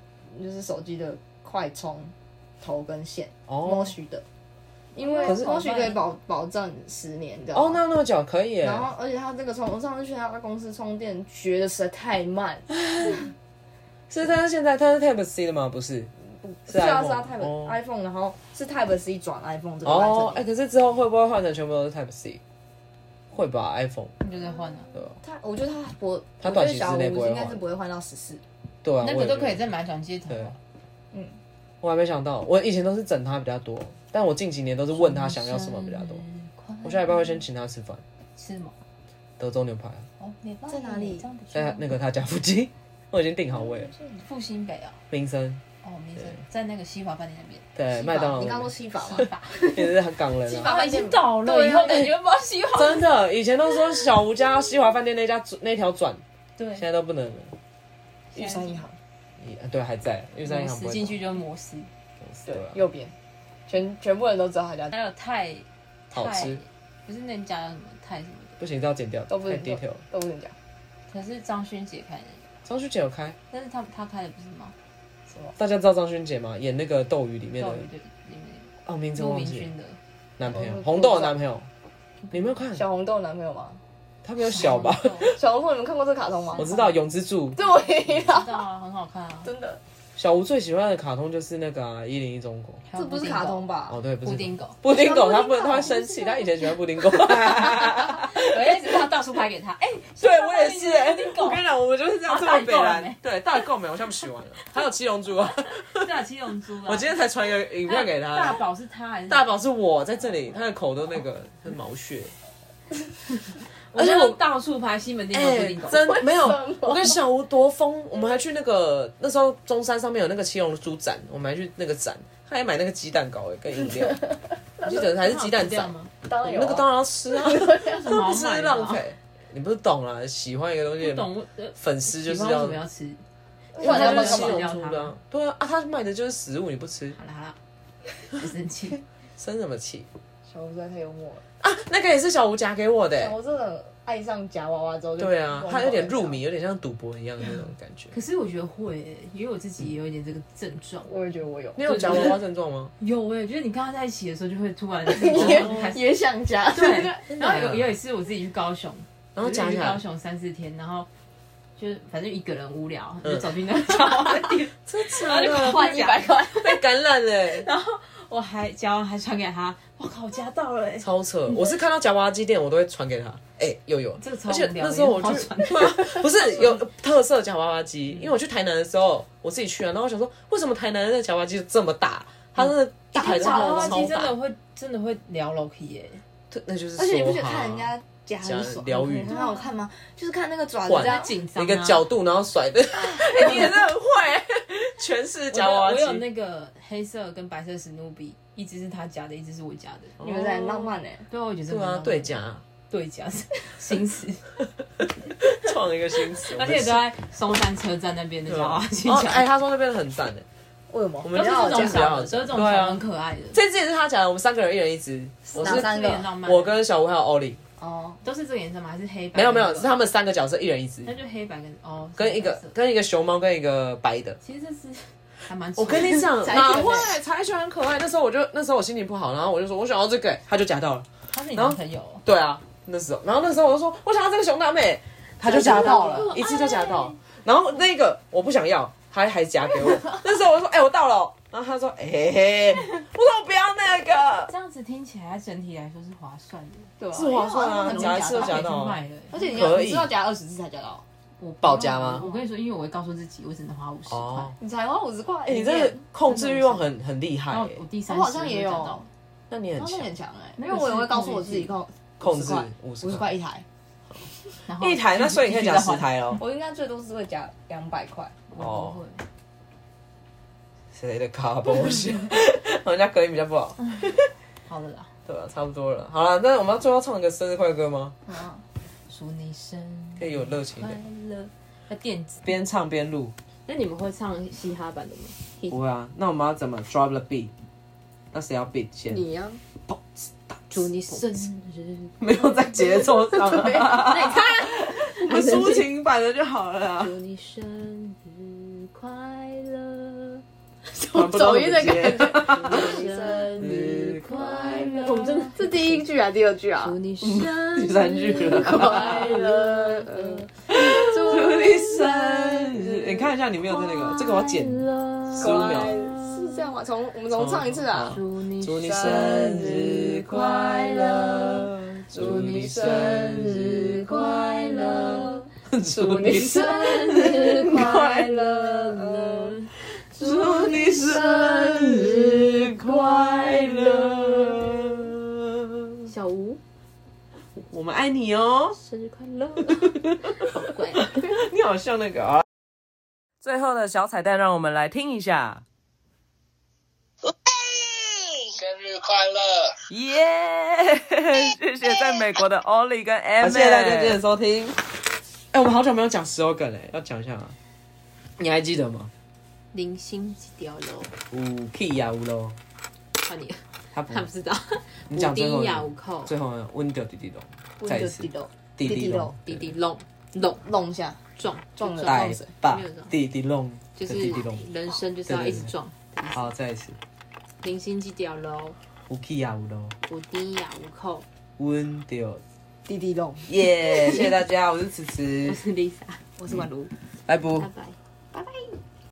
S3: 就是手机的快充头跟线，摸
S1: 哦
S3: 须的，因为
S1: 可是
S3: 摸须可以保保证十年，你知道
S1: 哦，
S3: 吗？
S1: 那那么久可以耶
S3: 啊然。后，而且他这个充，我上次去他公司充电，觉得实在太慢。
S1: 是，但是现在它是 Type C 的吗？不是，
S3: 是啊，
S1: iPhone
S3: 是啊，Type
S1: 哦
S3: iPhone，然后是 Type C 转 iPhone 这个蓝
S1: 哦，
S3: 色
S1: 哎，
S3: 的。
S1: 可是之后会不会换成全部都是 Type C？会吧，iPhone
S2: 你就在换了。
S1: 对吧？啊
S3: 他，我觉得他我，
S1: 他
S3: 我
S1: 短
S3: 觉得
S1: 期之
S3: 小吴
S1: 内不会
S3: 应该
S1: 换
S3: 是不会换到十四。
S1: 对啊，
S2: 那
S1: 我
S2: 个
S1: 也
S2: 都
S1: 觉
S2: 可以
S1: 得
S2: 再买转接头啊，
S1: 对
S3: 嗯，
S1: 我还没想到，我以前都是整他比较多，但我近几年都是问他想要什么比较多。
S3: 嗯
S1: 我下礼拜会先请他吃饭，
S2: 吃吗？
S1: 德州牛排啊
S2: 哦，礼拜
S3: 在哪里
S2: 这样不错
S1: 在那个他家附近，我已经订好位了，
S2: 复兴北啊，
S1: 民生
S2: 哦，没事
S1: 对，
S2: 在那个西华饭店那边。
S1: 对哎
S3: 西
S1: 麦
S3: 法
S1: 当劳
S3: 你
S1: 那
S3: 刚
S1: 边
S3: 说，西法 吗？
S2: 西法，
S1: 也是很港人啊。
S3: 法
S2: 啊
S3: 饭
S2: 已
S3: 店
S2: 经倒了，
S3: 对啊
S2: 以后感觉不到西华。
S1: 真的，以前都说小吴家西华饭店那家那条转，
S2: 对
S1: 现，在都不能了。
S3: 玉山银行，
S1: 也对，还在玉山银行
S2: 摩
S1: 不
S2: 斯
S1: 会
S2: 进
S1: 倒
S2: 去就是摩斯，
S1: 对
S3: 对
S1: 啊，，
S3: 右边，全全部人都知道他家
S2: 还有泰
S1: 好吃
S2: 泰，不是那家叫什么泰什么的，
S1: 不行，这要剪掉，
S3: 都不
S1: 太
S3: 能
S1: detail 了。
S3: 都不能讲
S2: 可是张勋姐开的，
S1: 张勋姐有开，
S2: 但是他他开的不是吗？
S3: 什么。
S1: 大家知道张勋姐吗？演那个《斗鱼》里面的
S2: 钓鱼的里面
S1: 哦，名字
S2: 陆
S1: 忘
S2: 明
S1: 记了
S2: 君的，
S1: 男朋友
S3: 哦
S1: 红豆的男朋友，你没有看？
S3: 小红豆男朋友吗？
S1: 他没有小吧？
S2: 我
S3: 小红豆，你们看过这个卡通吗
S1: 我？知道永之助，
S3: 对
S2: 知
S3: 啦，
S2: 道啊，很好看啊，
S3: 真的。
S1: 小吴最喜欢的卡通就是那个啊，一零一中国。
S2: 还有
S3: 这不是
S2: 布丁
S3: 卡
S2: 狗
S3: 通吧？
S1: 哦，对，不
S2: 布
S1: 是
S2: 丁狗，
S1: 布丁狗，
S3: 啊
S1: 他不
S3: 布丁狗
S1: 能，他会生气。
S3: 我知道
S1: 他以前喜欢布丁狗。
S2: 我一直让到处拍给他。哎，
S1: 对我也是哎、
S2: 布丁狗
S1: 我跟你讲，我们就是这样
S2: 啊
S1: 这么北
S2: 大
S1: 蓝。
S2: 力
S1: 对，大力够没，我现在不喜欢 了。还有七龙珠 啊，
S2: 对啊，七龙珠啊。
S1: 我今天才传一个影片给他。
S2: 大宝是他还是
S1: 大？宝是我在这里，他的口都那个很毛血。
S2: 而
S1: 而且
S2: 且
S1: 我
S2: 我到处拍西门町的布丁狗，
S1: 哎真没有
S3: 为什么，
S1: 我跟小吴多疯，我们还去那个那时候中山上面有那个七龙珠展，我们还去那个展，他还买那个鸡蛋糕哎、跟饮 料，我记得还是鸡蛋
S2: 这样
S1: 展，
S2: 吗？
S3: 当然有啊
S1: 那个当然要吃 啊，
S2: 为什么好
S1: 不吃
S2: 买的啊
S1: 浪？费。啊你不是懂啦，喜欢一个东西，
S2: 不懂，我呃
S1: 粉丝就
S2: 喜
S1: 是
S2: 欢
S1: 要
S2: 为什么，要吃？
S3: 不然
S1: 他
S3: 要
S1: 就
S3: 不
S1: 是
S3: 然
S1: 七
S3: 干嘛
S1: 龙
S2: 要
S1: 珠
S2: 他
S1: 的啊，对啊，啊，他卖的就是食物，你不吃，
S2: 好了好了，别生气。
S1: 生什么气
S3: 小吴实在太幽默了，
S1: 啊？那个也是小吴夹给我的、欸
S3: 小吴真的爱上夹娃娃之后就
S1: 对啊，
S3: 疯狂
S1: 他
S3: 地
S1: 有点入
S3: 夹
S1: 迷，，有点像赌博一样的那种感 觉。
S2: 可是我觉得会耶，因为我自己也有一点这个症状。
S3: 我也觉得我有，
S1: 你有夹娃娃症状吗？
S2: 有哎，就是你跟他在一起的时候，就会突然 开
S3: 也
S2: 始
S3: 也想夹，
S2: 对
S3: 对，
S1: 真的
S2: 然
S1: 啊
S2: 后有有一次我自己去高雄，
S1: 然后
S2: 就是
S1: 夹
S2: 去
S1: 起来
S2: 高，雄三四天，然后就是反正一个人无聊，
S1: 嗯
S2: 就走进那个娃娃 店，
S1: 真假
S2: 然后就
S1: 的？
S2: 换
S3: 换
S2: 一
S3: 一
S2: 百
S3: 百 块，
S1: 被感染欸嘞，
S2: 然后我还交还传给他，我靠，我夹到了哎、欸！
S1: 超扯！我是看到夹娃娃机店，我都会传给他。哎，又有
S2: 这个，超
S1: 而且
S2: 无聊
S1: 那时候我
S2: 也好
S1: 去，
S2: 传
S1: 对啊， 不是有特色夹娃娃机，因为我去台南的时候，我自己去啊，然后我想说，为什么台南的夹娃娃机这么大？它那个大还是
S2: 嗯夹娃娃
S1: 超
S2: 机真的
S1: 大，
S2: 会真的会聊 l o k 耶、
S1: 对那就是
S4: 而且你不
S1: 说
S4: 觉得看人
S1: 哈
S4: 家夹很爽，
S1: 疗愈
S4: 很好看吗？就是看那个爪子
S1: 换
S4: 这样，
S2: 紧张、啊、
S1: 一个角度，然后甩的， 哎你也是很会欸， 全是夹娃
S2: 我
S1: 娃
S2: 有我
S1: 机啊
S2: 有。那个黑色跟白色史努比，一只是他夹的，一只是我夹的。
S4: 你们在浪漫呢、
S2: 对啊，我觉得这
S1: 哦对
S2: 蛮浪
S1: 啊，
S2: 漫
S1: 对夹，
S2: 对夹是心 思，
S1: 创一个新 词，
S2: 而且都在松山车站那边的
S1: 对
S2: 夹
S1: 啊
S2: 娃机
S1: 哦，哎，
S2: 夹，
S1: 他说那边很赞欸诶，
S3: 为什么
S1: 我？
S2: 都
S1: 们
S2: 是
S1: 要夹
S2: 这种小
S1: 要
S2: 的，
S1: 夹
S2: 都是这种
S1: 对
S2: 小
S1: 啊
S2: 很可爱的，
S1: 这次也是他讲的，我们三个人一人一支，我
S3: 哪
S1: 是
S3: 三
S2: 这
S3: 个
S2: 个很浪漫。
S1: 我跟小吴还有欧丽，
S3: 哦，
S2: 都是这个颜色吗？还是黑白？
S1: 没有没有，是他们三个角色一人一支，
S2: 那就黑白跟哦，
S1: 跟一个
S2: 白色
S1: 跟一个熊猫跟一个白的。
S2: 其实这是还蛮丑
S1: 我
S2: 的。
S1: 跟你讲，
S3: 柴犬
S1: 哪会柴犬很可爱？那时候我就那时候我心情不好，然后我就说我想要这个，欸他就夹到了。
S2: 他是你男朋友哦，
S1: 对啊，那时候，然后那时候我就说我想要这个熊大妹，他就夹到
S3: 哎
S1: 了，一次就夹到。然后那个我不想要，他还夹 给我。那时候我就说哎、我到了哦，然后他说哎、嘿嘿，我说我不要那个，
S2: 这样子听起来整体来说是划算的，
S3: 对啊，
S1: 是划算啊
S3: 因为好像很容易
S1: 夹一次就夹
S2: 可以
S1: 到
S2: 去
S1: 啊
S2: 卖了。
S3: 而且你
S1: 可
S3: 要
S1: 以
S3: 你是要夹二十次才夹到，
S2: 我
S1: 报价吗
S2: 我跟你说，因为我会告诉自己，我只能花五十块
S1: 哦。
S3: 你才花五十块，
S1: 哎你这个控制欲望很很厉害
S2: 然后
S1: 耶、
S2: 我第三
S3: 我好像也有
S1: 那你很
S3: 哦他
S1: 强
S3: 是很强哎，
S2: 没
S3: 因
S2: 有
S3: 为我也会告诉我自己控
S1: 控制
S3: 五
S1: 50
S3: 十块一台，
S2: 然后
S1: 一台，那所以你可以夹十。台 哦。
S3: 我应该最多是会夹两百块，
S2: 我不会，
S1: 谁的卡波鞋？人家隔音比较不好，
S2: 好了啦，
S1: 对吧、差不多了。好了，那我们要最后唱一个生日快歌吗？
S2: 祝你生
S1: 可以有热情一
S2: 快
S3: 哎
S1: 点，
S2: 乐。那电子，
S1: 边唱边录。
S2: 那你们会唱嘻哈版的吗？
S1: 不会啊，那我们要怎么 drop the beat？那谁要 beat 先？
S4: 你啊呀、
S2: 祝你生日，
S1: 没有在节奏上啊，
S2: 那你看，
S1: 抒情版的就好了啊 啦。
S2: 祝你生日快乐，
S1: 走音的感觉。
S2: 生日快乐。
S4: 我们真的是第一句啊，第二句啊
S2: 祝，你生
S1: 第三句
S2: 日
S1: 了，
S2: 快乐，
S4: 呃
S1: 祝你生日！你看一下，你没有在那个，这个我要剪十五秒。
S4: 是这样吗？从我们重唱一次啊。
S1: 好
S2: 祝你
S1: 祝你生日快乐，祝你生日快乐，祝你生
S2: 日
S1: 快
S2: 乐，
S1: 祝你生日快乐，
S4: 小吴，
S1: 我们爱你哦！
S4: 生日快乐！
S1: 你好像那个啊。最后的小彩蛋，让我们来听一下，
S5: 生日快乐！
S1: 耶、谢谢在美国的 Ollie 跟 M，
S6: 谢谢大家今天的
S1: 收听。哎、我们好久没有讲十欧梗嘞，要讲一下啊。你还记得吗？
S2: 零星几条楼，
S1: 五 K 呀五喽，
S2: 换你，
S1: 他不
S2: 他不知道。
S1: 你讲最后
S2: 五
S1: 一
S2: 滴
S1: 个
S2: 呀五扣，
S1: 最后呢，温掉滴滴咚，再一次
S2: 滴漏，
S1: 滴滴咚，
S2: 滴滴隆隆
S3: 弄一下，
S2: 撞
S3: 撞了
S1: 带把
S2: 没有撞
S1: 滴滴咚，
S2: 就
S1: 对
S2: 是
S1: 滴滴咚。
S2: 人生就是要一直撞。
S1: 好，再一次，
S2: 零星几条楼，
S1: 五 K 呀五喽，
S2: 五滴呀五扣，
S1: 温掉，
S3: 滴滴弄，
S1: 耶！谢谢大家，我是慈慈
S2: 我，是 Lisa，
S3: 我是婉如。
S1: 来不
S2: 拜。拜。